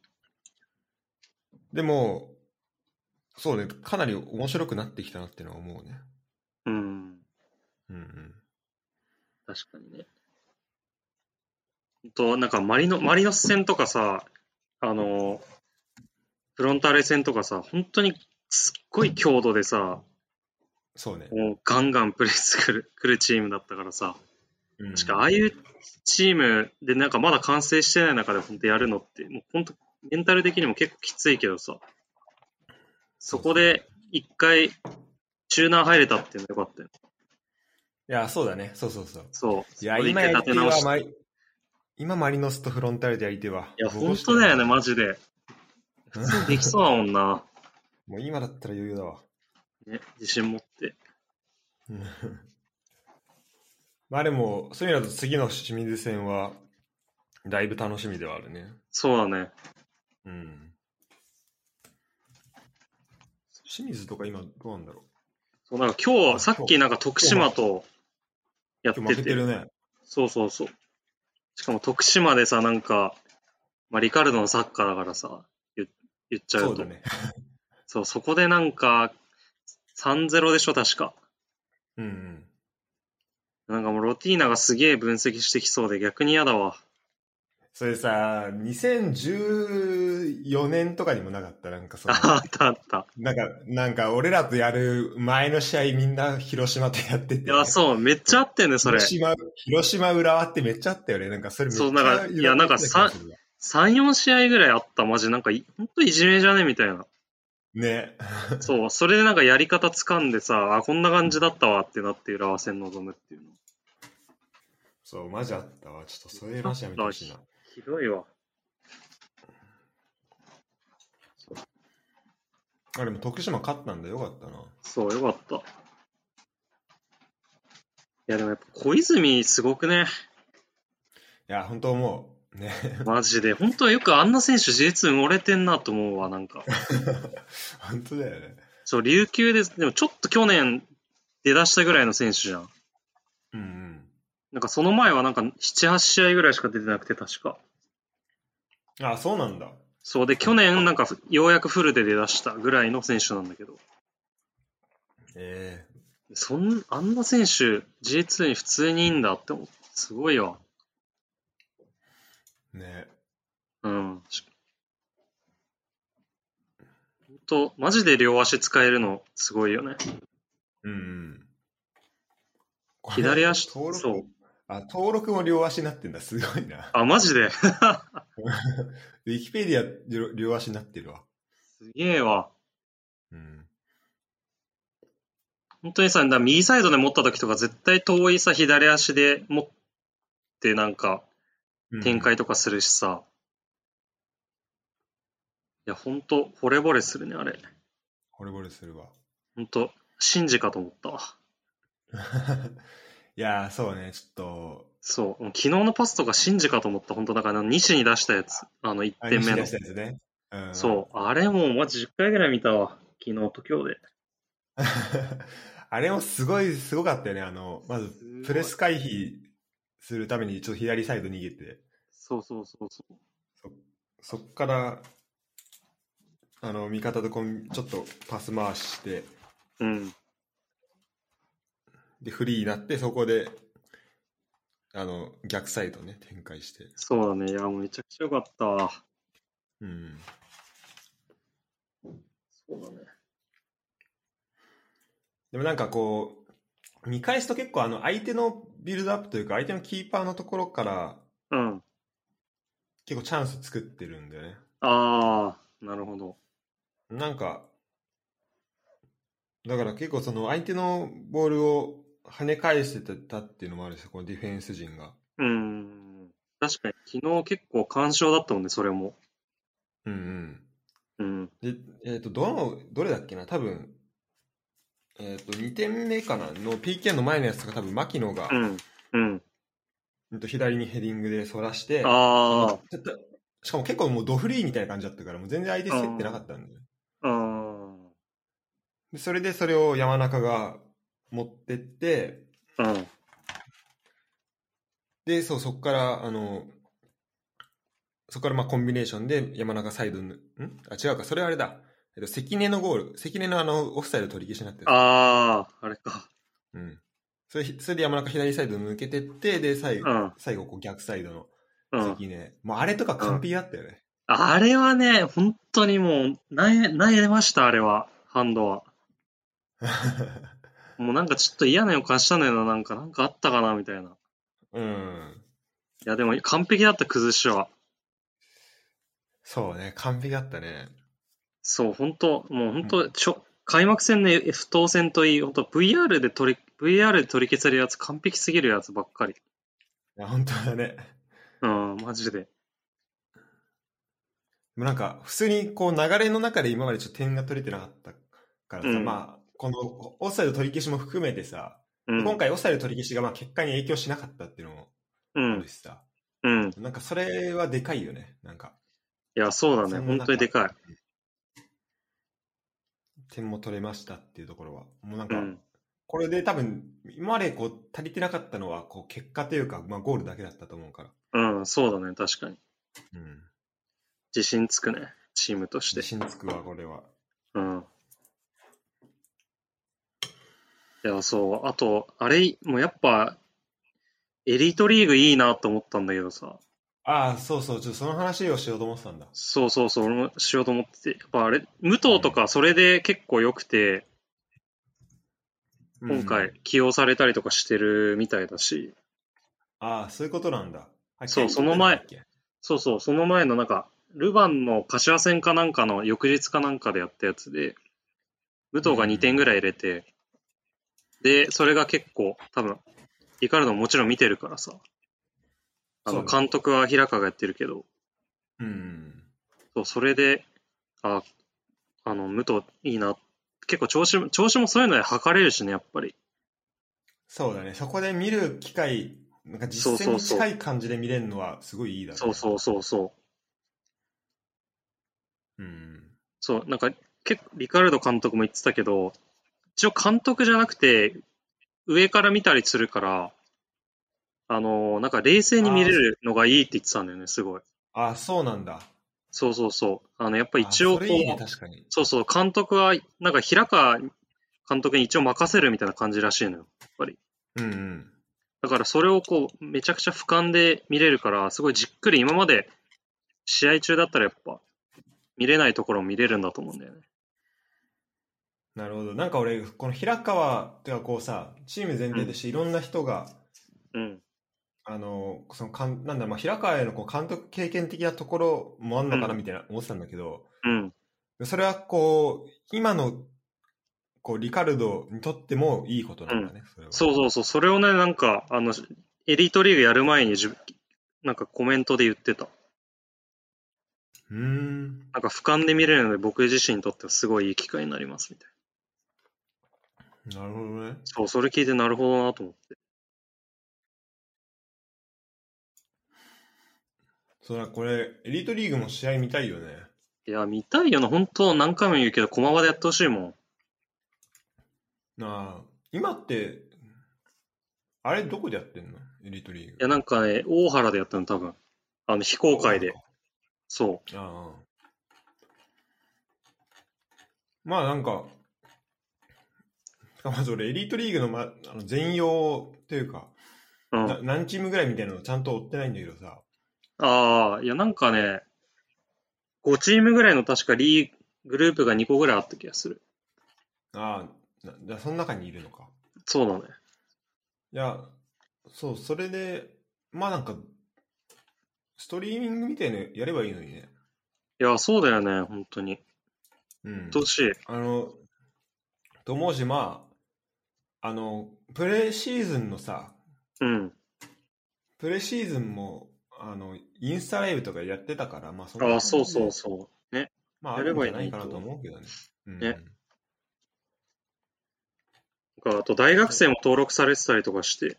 [SPEAKER 1] でも、そうね、かなり面白くなってきたなってのは思うね。
[SPEAKER 2] うん
[SPEAKER 1] うんうん。
[SPEAKER 2] 確かにね。ほんと、なんかマリノ、マリノス戦とかさ、あの、フロンターレ戦とかさ、本当にすっごい強度でさ、
[SPEAKER 1] そうね。
[SPEAKER 2] もうガンガンプレスくる くるチームだったからさ、
[SPEAKER 1] うん
[SPEAKER 2] 確かああいうチームでなんかまだ完成してない中で本当やるのって、もう本当メンタル的にも結構きついけどさ、そこで一回中南入れたっていうのよかったよね。
[SPEAKER 1] いや、そうだね。そうそうそう。
[SPEAKER 2] そう。
[SPEAKER 1] いや、
[SPEAKER 2] そこで一
[SPEAKER 1] 今
[SPEAKER 2] 回
[SPEAKER 1] や
[SPEAKER 2] 立
[SPEAKER 1] り手
[SPEAKER 2] て直
[SPEAKER 1] は
[SPEAKER 2] し
[SPEAKER 1] マリ、今マリノスとフロンターレでやり手は。
[SPEAKER 2] いや、
[SPEAKER 1] どう
[SPEAKER 2] 本
[SPEAKER 1] して
[SPEAKER 2] 当
[SPEAKER 1] も
[SPEAKER 2] だよね、マジで。
[SPEAKER 1] う
[SPEAKER 2] 普
[SPEAKER 1] ん
[SPEAKER 2] 通にできそうだもんな。
[SPEAKER 1] もう今だったら余裕だわ。
[SPEAKER 2] ね、自信持って。
[SPEAKER 1] うん まあでも、そういう意味だと次の清水戦は、だいぶ楽しみではあるね。
[SPEAKER 2] そうだね。
[SPEAKER 1] うん。清水とか今どうなんだろ
[SPEAKER 2] そうなんか今日、さっきなんか徳島とや
[SPEAKER 1] う
[SPEAKER 2] って
[SPEAKER 1] 今日負け
[SPEAKER 2] て、
[SPEAKER 1] てるね。
[SPEAKER 2] そうそうそう。しかも徳島でさ、なんか、まあ、リカルドのサッカーだからさ、言言っちゃうと。
[SPEAKER 1] そうだね。
[SPEAKER 2] そう、そこでなんか、3-0でしょ、確か。
[SPEAKER 1] うんうん。
[SPEAKER 2] なんかもうロティーナがすげえ分析してきそうで逆に嫌だわ。
[SPEAKER 1] それさ、2014年とかにもなかった、なんかその、
[SPEAKER 2] あったあった。
[SPEAKER 1] なんか、なんか俺らとやる前の試合みんな広島とやってて、
[SPEAKER 2] いや、そう、めっちゃ合ってんね、それ。
[SPEAKER 1] 広島、広島浦和ってめっちゃあったよね。なんかそれめっちゃ
[SPEAKER 2] そうなんかいやなんかさ3、4試合ぐらいあった、マジ。なんかい、ほんといじめじゃねみたいな。
[SPEAKER 1] ね。
[SPEAKER 2] そう、それでなんかやり方掴んでさ、あ、こんな感じだったわってなって浦和戦臨むっていうの。
[SPEAKER 1] そう、マジあったわ。ちょっとそれマジやめてほしいな。
[SPEAKER 2] ひどいわ。
[SPEAKER 1] あ、でも徳島勝ったんだよかったな。
[SPEAKER 2] そう、よかった。いや、でもやっぱ小泉すごくね。
[SPEAKER 1] いや、本当思う。ね。
[SPEAKER 2] マジで。本当はよくあんな選手 J2 埋もれてんなと思うわ、なんか。
[SPEAKER 1] 本当だよね。
[SPEAKER 2] そう、琉球で、でもちょっと去年出だしたぐらいの選手じゃん。
[SPEAKER 1] うんうん。
[SPEAKER 2] なんかその前はなんか7、8試合ぐらいしか出てなくて、確か。
[SPEAKER 1] あ、そうなんだ。
[SPEAKER 2] そうで、去年なんかようやくフルで出だしたぐらいの選手なんだけど。
[SPEAKER 1] ええ
[SPEAKER 2] そんあんな選手、J2 に普通にいいんだって思って、すごいよ。
[SPEAKER 1] ね。
[SPEAKER 2] うん。しほんと、マジで両足使えるの、すごいよね。
[SPEAKER 1] うんうん。これ
[SPEAKER 2] 左足、
[SPEAKER 1] 登録
[SPEAKER 2] そう。
[SPEAKER 1] あ、登録も両足になってんだ。すごいな。
[SPEAKER 2] あ、マジで
[SPEAKER 1] ウィキペディア両両足になってるわ。
[SPEAKER 2] すげえわ。
[SPEAKER 1] うん。
[SPEAKER 2] 本当にさ、だから右サイドで持った時とか、絶対遠いさ、左足で持って、なんか、
[SPEAKER 1] うん
[SPEAKER 2] 展開とかするしさ。いや、ほんと、惚れ惚れするね、あれ。
[SPEAKER 1] 惚れ惚れするわ。
[SPEAKER 2] ほんと、シンジかと思ったわ。
[SPEAKER 1] いやー、そうね。ちょっと、
[SPEAKER 2] そう、昨日のパスとか信じかと思った、本当だから、西に出したやつ、あの1
[SPEAKER 1] あ
[SPEAKER 2] 点目
[SPEAKER 1] 西
[SPEAKER 2] の
[SPEAKER 1] 出し。たやつね。うん、
[SPEAKER 2] そう、あれもうマジ10回ぐらい見たわ、昨日と今日で。
[SPEAKER 1] あれもすごい、すごかったよね。あの、まず、プレス回避するために、ちょっと左サイド逃げて、
[SPEAKER 2] そうそうそうそ
[SPEAKER 1] そっから、あの、味方とコンちょっとパス回して、
[SPEAKER 2] う。うん、
[SPEAKER 1] で、フリーになって、そこで、あの、逆サイドね、展開して。
[SPEAKER 2] そうだね。いや、もうめちゃくちゃ良かったわ。
[SPEAKER 1] うん。
[SPEAKER 2] そうだね。
[SPEAKER 1] でもなんかこう、見返すと結構あの、相手のビルドアップというか、相手のキーパーのところから、
[SPEAKER 2] うん。
[SPEAKER 1] 結構チャンス作ってるんだよね。
[SPEAKER 2] ああ、なるほど。
[SPEAKER 1] なんか、だから結構その相手のボールを跳ね返してたっていうのもあるし、このディフェンス陣が。
[SPEAKER 2] うん。確かに、昨日結構干渉だったもんね、それも。
[SPEAKER 1] うんう
[SPEAKER 2] うん。
[SPEAKER 1] ん。で、えっ、と、どの、どれだっけな、多分、えっ、と、2点目かなの PK の前のやつとか多分、牧野が、
[SPEAKER 2] うん。うん。
[SPEAKER 1] うんと左にヘディングで反らして、
[SPEAKER 2] あ
[SPEAKER 1] ちょっとしかも結構もうドフリーみたいな感じだったから、もう全然相手競ってなかったんだよね。
[SPEAKER 2] あ、うん。
[SPEAKER 1] でそれでそれを山中が持ってって、
[SPEAKER 2] うん。
[SPEAKER 1] で、そう、そこから、あの、そこからまあコンビネーションで山中サイドぬ、んあ、違うか、それはあれだ。えっと、関根のゴール、関根のあの、オフサイド取り消しになってる。
[SPEAKER 2] ああ、あれか。
[SPEAKER 1] うん。それ、ひそれで山中左サイド抜けてって、で、最
[SPEAKER 2] う
[SPEAKER 1] 後、
[SPEAKER 2] ん。
[SPEAKER 1] 最後、こう逆サイドの
[SPEAKER 2] うん。
[SPEAKER 1] 関根。もうあれとか完璧だったよね。
[SPEAKER 2] あれはね、本当にもう、なえ、なえました、あれは。ハンドは。もうなんかちょっと嫌な予感したんだよな、なんか、なんかあったかな、みたいな。
[SPEAKER 1] うん。
[SPEAKER 2] いや、でも完璧だった、崩しは。
[SPEAKER 1] そうね、完璧だったね。
[SPEAKER 2] そう、本当もう本当ちょ、開幕戦ね、不当戦といい、本当 VR で取り、VR で取り消せるやつ、完璧すぎるやつばっかり。
[SPEAKER 1] いや、本当だね。
[SPEAKER 2] うん、マジで。
[SPEAKER 1] でもなんか、普通にこう流れの中で今までちょっと点が取れてなかったからさ、
[SPEAKER 2] うん
[SPEAKER 1] まあ、このオフサイド取り消しも含めてさ、
[SPEAKER 2] うん、
[SPEAKER 1] 今回オフサイド取り消しがまあ結果に影響しなかったっていうのも
[SPEAKER 2] う
[SPEAKER 1] あ
[SPEAKER 2] ん
[SPEAKER 1] る、しさ、
[SPEAKER 2] うん。
[SPEAKER 1] なんかそれはでかいよね、なんか。
[SPEAKER 2] いや、そうだ
[SPEAKER 1] そ
[SPEAKER 2] ね、
[SPEAKER 1] んな中
[SPEAKER 2] 本当にでかい。
[SPEAKER 1] 点も取れましたっていうところは。もうなん
[SPEAKER 2] う
[SPEAKER 1] か、
[SPEAKER 2] ん、
[SPEAKER 1] これで多分、今までこう足りてなかったのは、こう結果というか、まあゴールだけだったと思うから。
[SPEAKER 2] うん、そうだね、確かに。
[SPEAKER 1] うん。
[SPEAKER 2] 自信つくね、チームとし
[SPEAKER 1] 自
[SPEAKER 2] て。
[SPEAKER 1] 信つくわ、これは。
[SPEAKER 2] うん。いや、そう、あと、あれ、もうやっぱ、エリートリーグいいなと思ったんだけどさ。
[SPEAKER 1] ああ、そうそう、ちょっとその話をしようと思ってたんだ。
[SPEAKER 2] そうそうそう、俺もしようと思ってて、やっぱあれ、武藤とかそれで結構良くて、今
[SPEAKER 1] うん
[SPEAKER 2] 回起用されたりとかしてるみたいだし、
[SPEAKER 1] ああ、そういうことなんだ。あ
[SPEAKER 2] そ
[SPEAKER 1] ケ
[SPEAKER 2] う
[SPEAKER 1] ン
[SPEAKER 2] その前
[SPEAKER 1] だっけ
[SPEAKER 2] そうそう、その前のなんか、ルヴァンの柏戦かなんかの翌日かなんかでやったやつで、武藤が2点ぐらい入れて、で、それが結構、多分、リカルドももちろん見てるからさ、あ
[SPEAKER 1] そ
[SPEAKER 2] の、
[SPEAKER 1] うだね
[SPEAKER 2] 監督は平川がやってるけど、
[SPEAKER 1] うん。
[SPEAKER 2] そう、それで、あ、あの、武藤いいな。結構調子も、調子もそういうので測れるしね、やっぱり。
[SPEAKER 1] そうだね。そこで見る機会、なんか実
[SPEAKER 2] そうそ
[SPEAKER 1] 践
[SPEAKER 2] う
[SPEAKER 1] に
[SPEAKER 2] そう
[SPEAKER 1] 近い感じで見れるのはすごいいいだろ
[SPEAKER 2] そうそうそうそう。
[SPEAKER 1] う。うん。
[SPEAKER 2] そう、なんか、結構、リカルド監督も言ってたけど、一応監督じゃなくて、上から見たりするから、あの、なんか冷静に見れるのがいいって言ってたんだよね、すごい。
[SPEAKER 1] ああ、そうなんだ。
[SPEAKER 2] そうそうそう。あの、やっぱ一
[SPEAKER 1] あ
[SPEAKER 2] 応
[SPEAKER 1] そ
[SPEAKER 2] こう、
[SPEAKER 1] れいいね、確かに。
[SPEAKER 2] そうそう、監督は、なんか平川監督に一応任せるみたいな感じらしいのよ。
[SPEAKER 1] うんうん。
[SPEAKER 2] だからそれをこう、めちゃくちゃ俯瞰で見れるから、すごいじっくり今まで試合中だったらやっぱ、見れないところを見れるんだと思うんだよね。
[SPEAKER 1] なるほど。なんか俺、この平川ってかこうさ、チーム全体としていろんな人が、
[SPEAKER 2] うん。
[SPEAKER 1] あの、そのかん、なんだ、まあ、平川へのこう監督経験的なところもあんのかな
[SPEAKER 2] うん
[SPEAKER 1] みたいな思ってたんだけど、
[SPEAKER 2] うん。
[SPEAKER 1] それはこう、今の、こう、リカルドにとってもいいことなんだね、それは。
[SPEAKER 2] そうそうそう、それをね、なんか、あの、エリートリーグやる前に自分、なんかコメントで言ってた。
[SPEAKER 1] うーん。
[SPEAKER 2] なんか俯瞰で見れるので、僕自身にとってはすごいいい機会になりますみたいな。
[SPEAKER 1] なるほどね。
[SPEAKER 2] そう、それ聞いてなるほどなと思って。
[SPEAKER 1] そうだ、これ、エリートリーグも試合見たいよね。
[SPEAKER 2] いや、見たいよな、本当何回も言うけど、駒場でやってほしいもん。
[SPEAKER 1] なあ、今って、あれどこでやってんのエリートリーグ。い
[SPEAKER 2] いや、なんかね、大原でやったの、多分。あの、非公開で。。そ
[SPEAKER 1] ああ。まあなんか、まず俺エリートリーグの,、ま、あの全容というか、
[SPEAKER 2] うん。
[SPEAKER 1] な何チームぐらいみたいなのちゃんと追ってないんだけどさ、
[SPEAKER 2] ああ、いや、なんかね、5チームぐらいの確かリーグループが2個ぐらいあった気がする。
[SPEAKER 1] ああ、ななその中にいるのか。
[SPEAKER 2] そうだね。
[SPEAKER 1] いや、そう、それで、まあなんか、ストリーミングみたいなのやればいいのにね。
[SPEAKER 2] いや、そうだよね、本当に。
[SPEAKER 1] うん。
[SPEAKER 2] どっしい。
[SPEAKER 1] あの、と思うし、まあ、あの、プレシーズンのさ、
[SPEAKER 2] うん。
[SPEAKER 1] プレシーズンも、あの、インスタライブとかやってたから、まあ、そんな
[SPEAKER 2] あ
[SPEAKER 1] 感
[SPEAKER 2] あ、
[SPEAKER 1] じ
[SPEAKER 2] そうそ
[SPEAKER 1] で
[SPEAKER 2] うそう。
[SPEAKER 1] まあ、あ
[SPEAKER 2] や
[SPEAKER 1] る
[SPEAKER 2] れ
[SPEAKER 1] ん
[SPEAKER 2] ば
[SPEAKER 1] じ
[SPEAKER 2] い
[SPEAKER 1] ゃな
[SPEAKER 2] いのに
[SPEAKER 1] いかなと思うけどね。うん
[SPEAKER 2] ねなんかあと大学生も登録されてたりとかして、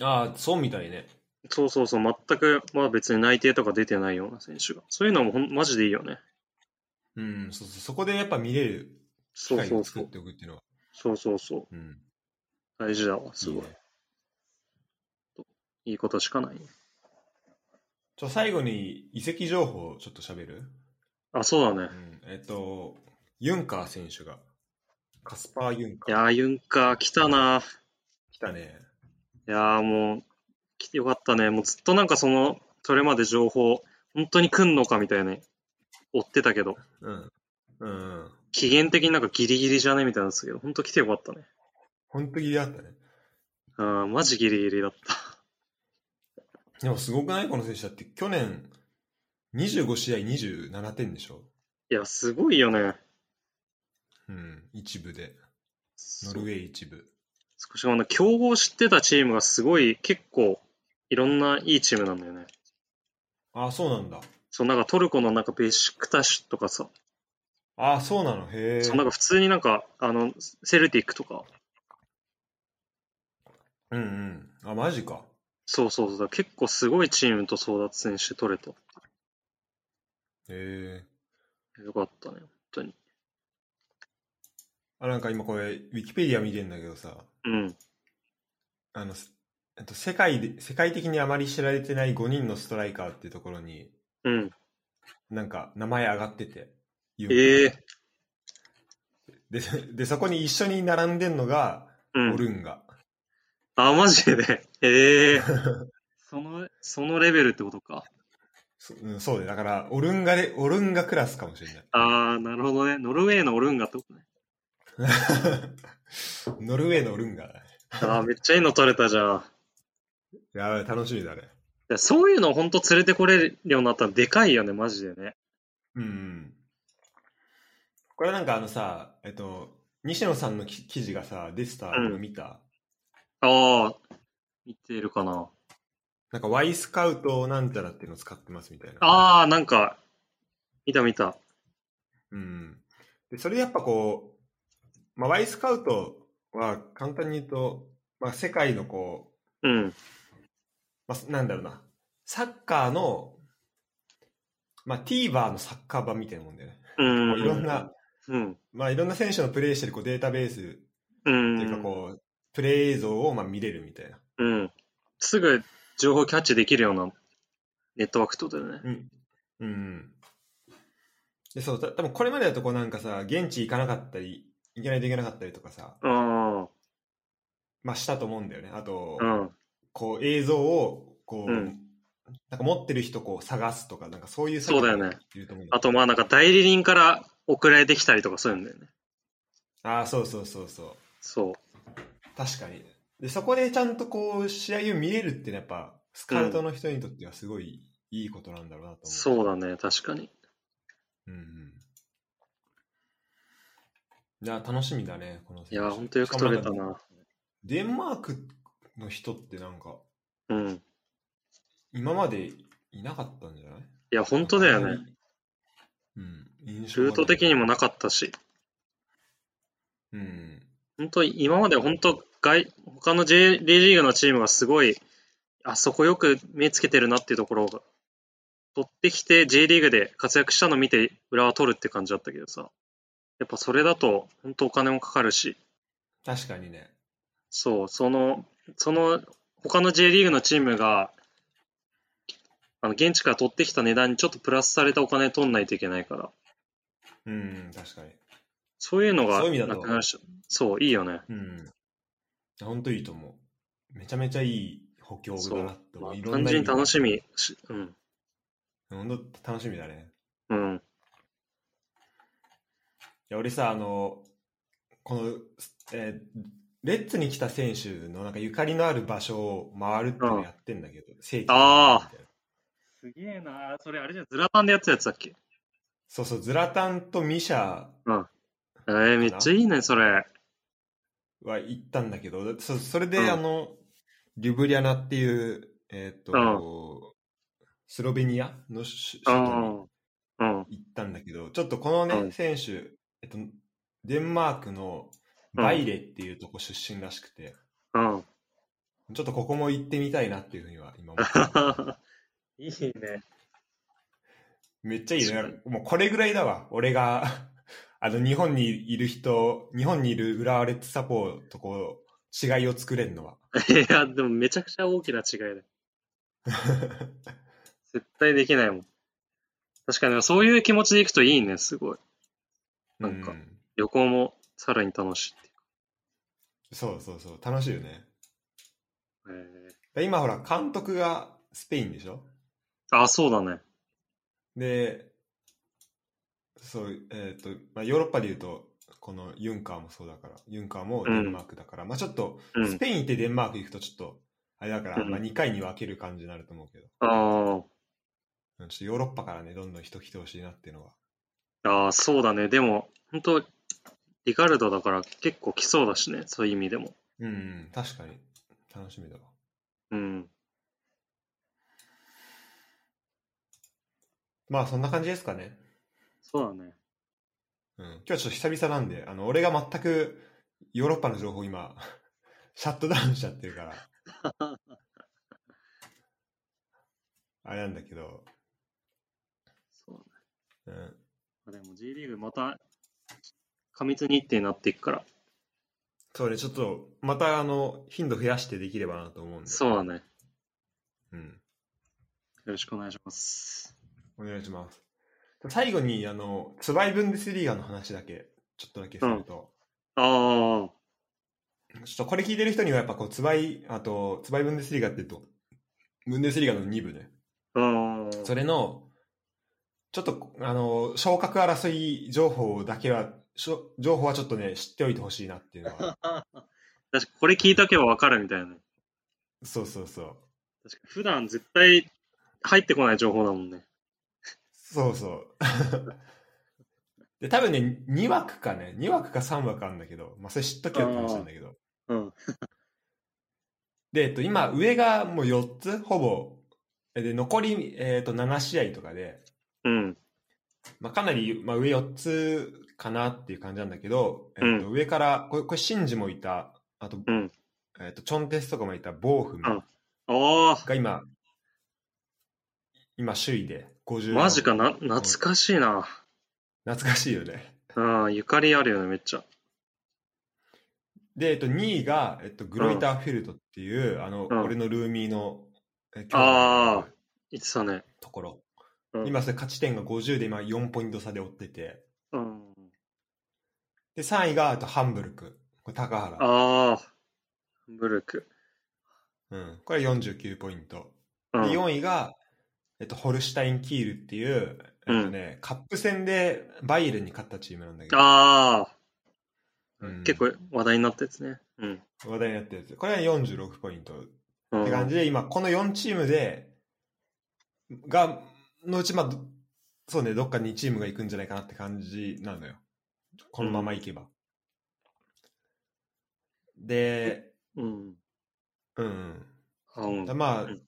[SPEAKER 1] ああ、そうみたいね。
[SPEAKER 2] そうそうそう、全く、まあ別に内定とか出てないような選手が。そういうのもほんマジでいいよね。
[SPEAKER 1] うん、そうそうそこでやっぱ見れる機
[SPEAKER 2] そう
[SPEAKER 1] 会
[SPEAKER 2] そ
[SPEAKER 1] を
[SPEAKER 2] う
[SPEAKER 1] 作
[SPEAKER 2] そ
[SPEAKER 1] っ
[SPEAKER 2] う。
[SPEAKER 1] ておくっていうのは。
[SPEAKER 2] そうそうそう。
[SPEAKER 1] うん、
[SPEAKER 2] 大事だわ、すごい。いい,、
[SPEAKER 1] ね
[SPEAKER 2] ことしかない、ね。
[SPEAKER 1] ちょ、最後に移籍情報をちょっと喋る、
[SPEAKER 2] あ、そうだ
[SPEAKER 1] う
[SPEAKER 2] ね。
[SPEAKER 1] ん、えっと、ユンカー選手が、カスパー・ユン
[SPEAKER 2] い
[SPEAKER 1] カー
[SPEAKER 2] やー、ユンカー来たなー。
[SPEAKER 1] 来たね。
[SPEAKER 2] いやーもう、来てよかったね。もうずっとなんかその、それまで情報、本当に来んのかみたいな、追ってたけど、
[SPEAKER 1] うん。うん、うん。
[SPEAKER 2] 期限的になんかギリギリじゃねみたいなんですけど、本当来てよかったね。
[SPEAKER 1] 本当に嫌だったね。
[SPEAKER 2] うん、マジギリギリだった。
[SPEAKER 1] でもすごくないこの選手だって、去年、25試合27点でしょ
[SPEAKER 2] いや、すごいよね。
[SPEAKER 1] うん、一部で。ノルウェー一部。
[SPEAKER 2] 少しあの、競合知ってたチームがすごい、結構、いろんないいチームなんだよね。
[SPEAKER 1] ああ、そうなんだ。
[SPEAKER 2] そう、なんかトルコのなんかベシクタシュとかさ、
[SPEAKER 1] ああ、そうなの。へえ。
[SPEAKER 2] そうなんか普通になんか、あの、セルティックとか、
[SPEAKER 1] うんうん。あ、マジか。
[SPEAKER 2] そうそうそう、だから結構すごいチームと争奪戦して取れた。
[SPEAKER 1] へえ。
[SPEAKER 2] よかったね、本当に。
[SPEAKER 1] あ、なんか今これ、ウィキペディア見てんだけどさ、
[SPEAKER 2] うん。
[SPEAKER 1] あの、すえっと、世界で、世界的にあまり知られてない5人のストライカーっていうところに、
[SPEAKER 2] うん。
[SPEAKER 1] なんか名前上がってて。
[SPEAKER 2] ええ
[SPEAKER 1] で、で、そこに一緒に並んでんのが、
[SPEAKER 2] う
[SPEAKER 1] オ
[SPEAKER 2] ん。
[SPEAKER 1] ルンが。
[SPEAKER 2] あ、マジで。 ええその、そのレベルってことか。
[SPEAKER 1] そうん、そうで、だから、オルンガで、オルンガクラスかもしれない。
[SPEAKER 2] ああ、なるほどね。ノルウェーのオルンガってことね。
[SPEAKER 1] ノルウェーのオルンガだね。
[SPEAKER 2] ああ、めっちゃいいの取れた じゃん。い
[SPEAKER 1] やばい、楽しみだね。
[SPEAKER 2] やそういうのほんと連れてこれるようになったらでかいよね、マジでね。
[SPEAKER 1] うんうん。これなんかあのさ、えっと、西野さんのき記事がさ、出てたの見た、
[SPEAKER 2] ああ、見てるかな。
[SPEAKER 1] なんか Y スカウトなんちゃらっていうのを使ってますみたいな。
[SPEAKER 2] ああ、なんか、見た見た。
[SPEAKER 1] うん。で、それでやっぱこう、まあ、Y スカウトは簡単に言うと、まあ、世界のこう、
[SPEAKER 2] うん。
[SPEAKER 1] まあ、なんだろうな、サッカーの、まあ、TVer のサッカー版みたいなもんだよね。
[SPEAKER 2] うん。
[SPEAKER 1] いろんな、
[SPEAKER 2] うん。
[SPEAKER 1] まあ、いろんな選手のプレーしてるこうデータベースって
[SPEAKER 2] う
[SPEAKER 1] いうか
[SPEAKER 2] ん。
[SPEAKER 1] こう、プレー映像をまあ見れるみたいな。
[SPEAKER 2] うん。すぐ情報キャッチできるようなネットワークってことだよね。
[SPEAKER 1] うん。うん。で、そう、た多分これまでだとこうなんかさ、現地行かなかったり、行けないといけなかったりとかさ、
[SPEAKER 2] あ
[SPEAKER 1] まあしたと思うんだよね。あと、
[SPEAKER 2] あ、うん。
[SPEAKER 1] こう映像を、こう、
[SPEAKER 2] うん
[SPEAKER 1] なんか持ってる人こう探すとか、なんかそういう
[SPEAKER 2] そうだよね。
[SPEAKER 1] いると思うんだ
[SPEAKER 2] あとまあなんか代理人から送られてきたりとかそういうんだよね。
[SPEAKER 1] ああ、そうそうそうそう。
[SPEAKER 2] そう。
[SPEAKER 1] 確かに。で、そこでちゃんとこう、試合を見れるってのはやっぱ、スカウトの人にとってはすごいいいことなんだろうなと思う。
[SPEAKER 2] そうだね、確かに。
[SPEAKER 1] うんうん。いや、楽しみだね、この選
[SPEAKER 2] い
[SPEAKER 1] 手
[SPEAKER 2] や、ほんとよく取れたな。
[SPEAKER 1] デンマークの人ってなんか、
[SPEAKER 2] うん。
[SPEAKER 1] 今までいなかったんじゃない
[SPEAKER 2] いや、ほんとだよね。。
[SPEAKER 1] うん。印象がな
[SPEAKER 2] ル
[SPEAKER 1] い
[SPEAKER 2] ート的にもなかったし、
[SPEAKER 1] うん。
[SPEAKER 2] ほんと今までほんと外、他の J リーグのチームがすごい、あそこよく目つけてるなっていうところが、取ってきて J リーグで活躍したの見て裏は取るって感じだったけどさ、やっぱそれだとほんとお金もかかるし、
[SPEAKER 1] 確かにね。
[SPEAKER 2] そう、その、その、他の J リーグのチームが、あの、現地から取ってきた値段にちょっとプラスされたお金取んないといけないから、
[SPEAKER 1] うん、確かに。
[SPEAKER 2] そういうのが
[SPEAKER 1] そういう意味だと
[SPEAKER 2] なくなるし、そう、いいよね。
[SPEAKER 1] うん。本当いいと思めちゃめちゃいい補強だなって
[SPEAKER 2] ま
[SPEAKER 1] 思
[SPEAKER 2] あ
[SPEAKER 1] う。いろん
[SPEAKER 2] 単
[SPEAKER 1] な
[SPEAKER 2] 純に楽し
[SPEAKER 1] み。
[SPEAKER 2] みし、うん。
[SPEAKER 1] ほんと楽しみだね。
[SPEAKER 2] うん。
[SPEAKER 1] いや俺さあのこの、えーレッツに来た選手のなんかゆかりのある場所を回るっていうのをやってんだけど、正規み
[SPEAKER 2] あ
[SPEAKER 1] たいな
[SPEAKER 2] すげえなそれあれじゃん、ズラタンでやってたやつだっけ
[SPEAKER 1] そうそうズラタンとミシャ
[SPEAKER 2] えー、めっちゃいいね、それ。
[SPEAKER 1] は行ったんだけどそそれで、
[SPEAKER 2] うん
[SPEAKER 1] あのリュブリャナっていう、えーとスロベニアのし
[SPEAKER 2] う
[SPEAKER 1] 首都に
[SPEAKER 2] ん。うん。
[SPEAKER 1] 行ったんだけどちょっとこのね、
[SPEAKER 2] うん
[SPEAKER 1] 選手、えっと、デンマークのバイレっていうとこ出身らしくて、
[SPEAKER 2] うん。
[SPEAKER 1] ちょっとここも行ってみたいなっていうふうには今思って
[SPEAKER 2] いいね。
[SPEAKER 1] めっちゃいいね
[SPEAKER 2] 確。
[SPEAKER 1] もうこれぐらいだわ。俺が、 あの、日本にいる人、日本にいる浦和レッズサポーとこう、違いを作れるのは。
[SPEAKER 2] いや、でもめちゃくちゃ大きな違いだよ。絶対できないもん。確かに、そういう気持ちで行くといいね、すごい。なんか
[SPEAKER 1] う
[SPEAKER 2] 旅行もさらに楽しいってい
[SPEAKER 1] そうそうそう。楽しいよね。
[SPEAKER 2] う。え
[SPEAKER 1] で今ほら、監督がスペインでしょ
[SPEAKER 2] ー、あ、そうだね。
[SPEAKER 1] で、そう、えっ、と、まあ、ヨーロッパで言うと、このユンカーもそうだから、ユンカーもデンマークだから、まあちょっと、
[SPEAKER 2] う
[SPEAKER 1] ス
[SPEAKER 2] ん。
[SPEAKER 1] ペイン行ってデンマーク行くとちょっと、あれだから、
[SPEAKER 2] うん
[SPEAKER 1] まあ2回に分ける感じになると思うけど、
[SPEAKER 2] あ
[SPEAKER 1] うんちょっとヨーロッパからね、どんどん人来てほしいなっていうのは。
[SPEAKER 2] あ、ああ、そうだね。でも、本当リカルドだから結構来そうだしね、そういう意味でも。
[SPEAKER 1] うんうん、確かに。楽しみだわ。
[SPEAKER 2] うん。
[SPEAKER 1] まあ、そんな感じですかね。
[SPEAKER 2] そうだね。
[SPEAKER 1] うん。今日はちょっと久々なんで、あの、俺が全くヨーロッパの情報今、 シャットダウンしちゃってるから。あれなんだけど、
[SPEAKER 2] そうだね
[SPEAKER 1] うん。
[SPEAKER 2] まあ。でも G リーグまた、過密日程になっていくから。
[SPEAKER 1] そうね、ちょっと、また、あの、頻度増やしてできればなと思うんで。。
[SPEAKER 2] そううだね。よ
[SPEAKER 1] うん。
[SPEAKER 2] ろしくお願いします。
[SPEAKER 1] お願いします。最後に、あの、ツバイブンデスリーガの話だけ、ちょっとだけすると、
[SPEAKER 2] ああ、
[SPEAKER 1] ちょっとこれ聞いてる人にはやっぱこう、ツバイ、あと、ツバイブンデスリーガって言うと、ブンデスリーガの2部ね。
[SPEAKER 2] うん。
[SPEAKER 1] それの、ちょっと、あの、昇格争い情報だけは、しょ情報はちょっとね、知っておいてほしいなっていうのは。
[SPEAKER 2] 確かこれ聞いとけばわかるみたいなね。
[SPEAKER 1] そうそうそう。
[SPEAKER 2] 確か普段絶対入ってこない情報だもんね。
[SPEAKER 1] そう そう。で、多分ね、2枠かね、2枠か3枠あるんだけど、まあ、それ知っとけよって話なんだけど。
[SPEAKER 2] うん。
[SPEAKER 1] で、えっと、今、上がもう4つ、ほぼ。で、残り、えっと、7試合とかで、
[SPEAKER 2] うん。
[SPEAKER 1] まあ、かなり、まあ、上4つかなっていう感じなんだけど、
[SPEAKER 2] うん
[SPEAKER 1] えっと上からこれこれシンジもいたあと,、
[SPEAKER 2] うん
[SPEAKER 1] えっとチョンテスとかもいたボーフム
[SPEAKER 2] うんああ、
[SPEAKER 1] が今、今首位で50
[SPEAKER 2] マジかな、懐かしいな。
[SPEAKER 1] 懐かしいよね
[SPEAKER 2] うん、ゆかりあるよね、めっちゃ。
[SPEAKER 1] で、えっと、2位が、えっと、グロイターフィルトっていう、あの、
[SPEAKER 2] うん
[SPEAKER 1] 俺のルーミーのえ兄弟
[SPEAKER 2] あ
[SPEAKER 1] の
[SPEAKER 2] あ言ってたね。
[SPEAKER 1] ところ、
[SPEAKER 2] うん、
[SPEAKER 1] 今それ勝ち点が50で今4ポイント差で追ってて
[SPEAKER 2] うん。
[SPEAKER 1] で3位がえっとハンブルクこれ高原、
[SPEAKER 2] ああ、ブルク。
[SPEAKER 1] うん、これ49ポイントで
[SPEAKER 2] うん。
[SPEAKER 1] 4位が、えっと、ホルシュタイン・キールっていう、えっとねカップ戦でバイエルンに勝ったチームなんだけど、
[SPEAKER 2] ああ、
[SPEAKER 1] うん
[SPEAKER 2] 結構話題になったやつね。うん。
[SPEAKER 1] 話題になってるやつこれは46ポイントっ
[SPEAKER 2] うん、
[SPEAKER 1] て感じで今この4チームでがのうちまあどそうねどっか2チームが行くんじゃないかなって感じなのよこのまま行けば、で
[SPEAKER 2] うん。
[SPEAKER 1] うん
[SPEAKER 2] あうん
[SPEAKER 1] だまあ、
[SPEAKER 2] うん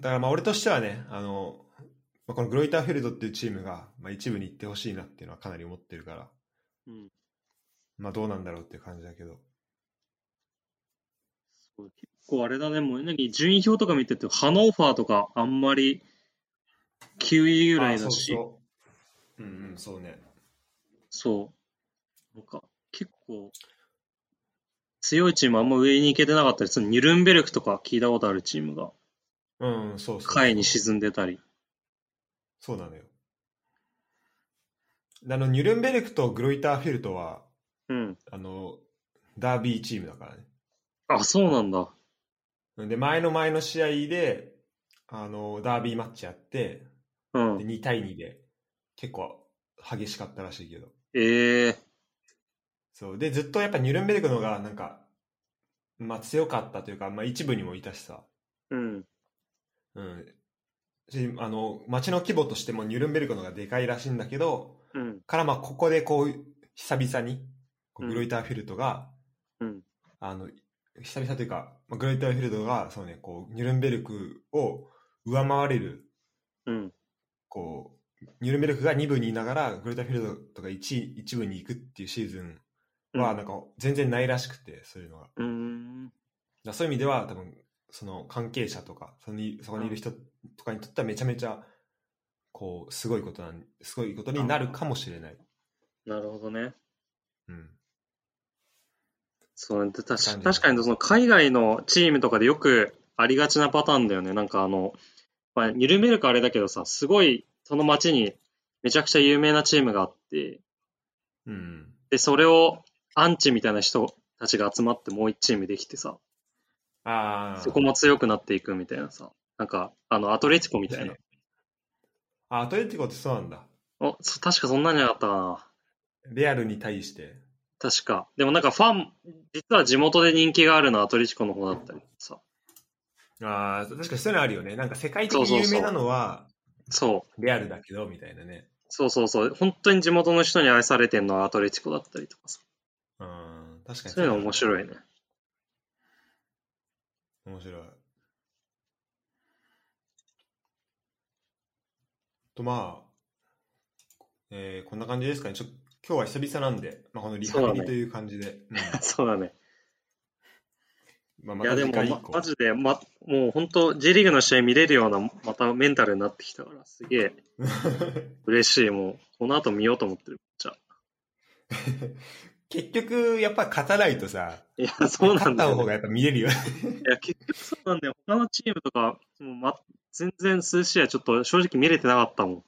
[SPEAKER 1] だからまあ俺としてはね、あの、まあ、このグロイターフェルドっていうチームが、まあ、一部に行ってほしいなっていうのはかなり思ってるから、
[SPEAKER 2] うん
[SPEAKER 1] まあどうなんだろうっていう感じだけど。
[SPEAKER 2] そう結構あれだね、もう、何、順位表とか見てて、ハノーファーとかあんまり9位ぐらいだ
[SPEAKER 1] あそ
[SPEAKER 2] し、
[SPEAKER 1] うそう。うんうん、そうね。
[SPEAKER 2] そう。なんか、結構、強いチームあんま上に行けてなかったり、そのニュルンベルクとか聞いたことあるチームが、
[SPEAKER 1] うん、うんそうそう。
[SPEAKER 2] 下位に沈んでたり。
[SPEAKER 1] そうなのよ。であの、ニュルンベルクとグロイターフェルドは、
[SPEAKER 2] うん。
[SPEAKER 1] あの、ダービーチームだからね。
[SPEAKER 2] あ、そうなんだ。
[SPEAKER 1] で、前の前の試合で、あの、ダービーマッチやって、
[SPEAKER 2] うん
[SPEAKER 1] で。2対2で、結構激しかったらしいけど。
[SPEAKER 2] ええ
[SPEAKER 1] そう。で、ずっとやっぱニュルンベルクの方が、なんか、まあ強かったというか、まあ一部にもいたしさ。
[SPEAKER 2] うん。
[SPEAKER 1] うん。しあの、街の規模としてもニュルンベルクの方がでかいらしいんだけど、
[SPEAKER 2] うん。
[SPEAKER 1] からまあここでこう、久々に、こ
[SPEAKER 2] う
[SPEAKER 1] うんグロイターフィルトが、
[SPEAKER 2] うん。
[SPEAKER 1] あの、久々というか、まあ、グロイターフィルトが、そうね、こう、ニュルンベルクを上回れる、
[SPEAKER 2] うん。
[SPEAKER 1] こう、ニュルンベルクが2部にいながら、グロイターフィルトとか 1, 一部に行くっていうシーズンは、なんか全然ないらしくて、そういうのが。だか
[SPEAKER 2] うん。
[SPEAKER 1] らそういう意味では、多分、その関係者とか、そのそこにいる人とかにとってはめちゃめちゃ、こう、すごいことなん、すごいことになるかもしれない。
[SPEAKER 2] なるほどね。
[SPEAKER 1] うん。
[SPEAKER 2] そうね。で確
[SPEAKER 1] 感じです
[SPEAKER 2] 確かに、その海外のチームとかでよくありがちなパターンだよね。なんかあの、まあ、緩めるかあれだけどさ、すごい、その街にめちゃくちゃ有名なチームがあって、
[SPEAKER 1] うん。
[SPEAKER 2] で、それをアンチみたいな人たちが集まってもう一チームできてさ、
[SPEAKER 1] ああ。
[SPEAKER 2] そこも強くなっていくみたいなさ、なんか、あの、アトレティコみたいな。
[SPEAKER 1] あ、アトレティコってそうなんだ。
[SPEAKER 2] お、そ確かそんなんじゃなかったかな。
[SPEAKER 1] レアルに対して。
[SPEAKER 2] 確か。でもなんかファン、実は地元で人気があるのはアトレティコの方だったりさ。
[SPEAKER 1] ああ、確かにそういうのあるよね。なんか世界的
[SPEAKER 2] そう
[SPEAKER 1] に
[SPEAKER 2] そう
[SPEAKER 1] 有
[SPEAKER 2] そう
[SPEAKER 1] 名なのは、
[SPEAKER 2] そう。
[SPEAKER 1] レアルだけど、みたいなね。
[SPEAKER 2] そうそうそう。本当に地元の人に愛されてるのはアトレティコだったりとかさ。
[SPEAKER 1] うん、確かに
[SPEAKER 2] そういうの面
[SPEAKER 1] い。
[SPEAKER 2] 白いね。
[SPEAKER 1] 面白い。と、まあ、えーこんな感じですかね。ちょ今日は久々なんで、まあ、このリハ
[SPEAKER 2] そう
[SPEAKER 1] ビ
[SPEAKER 2] だ
[SPEAKER 1] リ
[SPEAKER 2] ね
[SPEAKER 1] という感じで。
[SPEAKER 2] そうだね。
[SPEAKER 1] うんまあ、ま
[SPEAKER 2] い
[SPEAKER 1] た
[SPEAKER 2] やで
[SPEAKER 1] 次
[SPEAKER 2] も、
[SPEAKER 1] 回以
[SPEAKER 2] ま
[SPEAKER 1] 降。
[SPEAKER 2] マジで、ま、もう本当 J リーグの試合見れるような、またメンタルになってきたから、すげえ嬉しい。もう、この後見ようと思ってる。じゃあ
[SPEAKER 1] 結局、やっぱ勝たないとさ、
[SPEAKER 2] いや、そうな
[SPEAKER 1] 勝
[SPEAKER 2] ん
[SPEAKER 1] っ
[SPEAKER 2] だ
[SPEAKER 1] た
[SPEAKER 2] よ、
[SPEAKER 1] 方
[SPEAKER 2] ね。
[SPEAKER 1] がやっぱ見れるよね。
[SPEAKER 2] いや、結局そうなんだよ。他のチームとか、もうま、全然数試合ちょっと正直見れてなかったもん。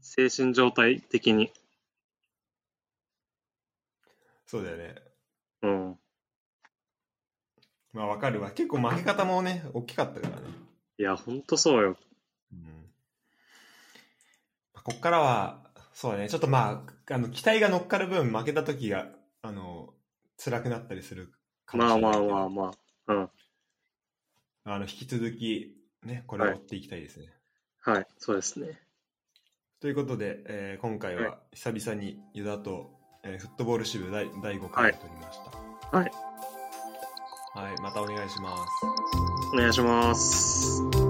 [SPEAKER 2] 精神状態的に。
[SPEAKER 1] そうだよね。
[SPEAKER 2] うん。
[SPEAKER 1] まあわかるわ。結構負け方もね、大きかったからね。
[SPEAKER 2] いや、ほんとそうよ。
[SPEAKER 1] うん。まあこっからは、そうだね、ちょっとまあ、あの、期待が乗っかる分、負けた時が、あの、辛くなったりするかも
[SPEAKER 2] ま
[SPEAKER 1] し
[SPEAKER 2] あ
[SPEAKER 1] れない
[SPEAKER 2] ま
[SPEAKER 1] け
[SPEAKER 2] あ
[SPEAKER 1] ど
[SPEAKER 2] まあまあ。うん。
[SPEAKER 1] あの、引き続き、ね、これを追っていきたいですね。
[SPEAKER 2] はい、そうですね。
[SPEAKER 1] ということで、えー今回
[SPEAKER 2] はい
[SPEAKER 1] は久々にユダと、えーフットボール支部第第5回を取りました。
[SPEAKER 2] はい
[SPEAKER 1] はい、またお願いします。
[SPEAKER 2] お願いします。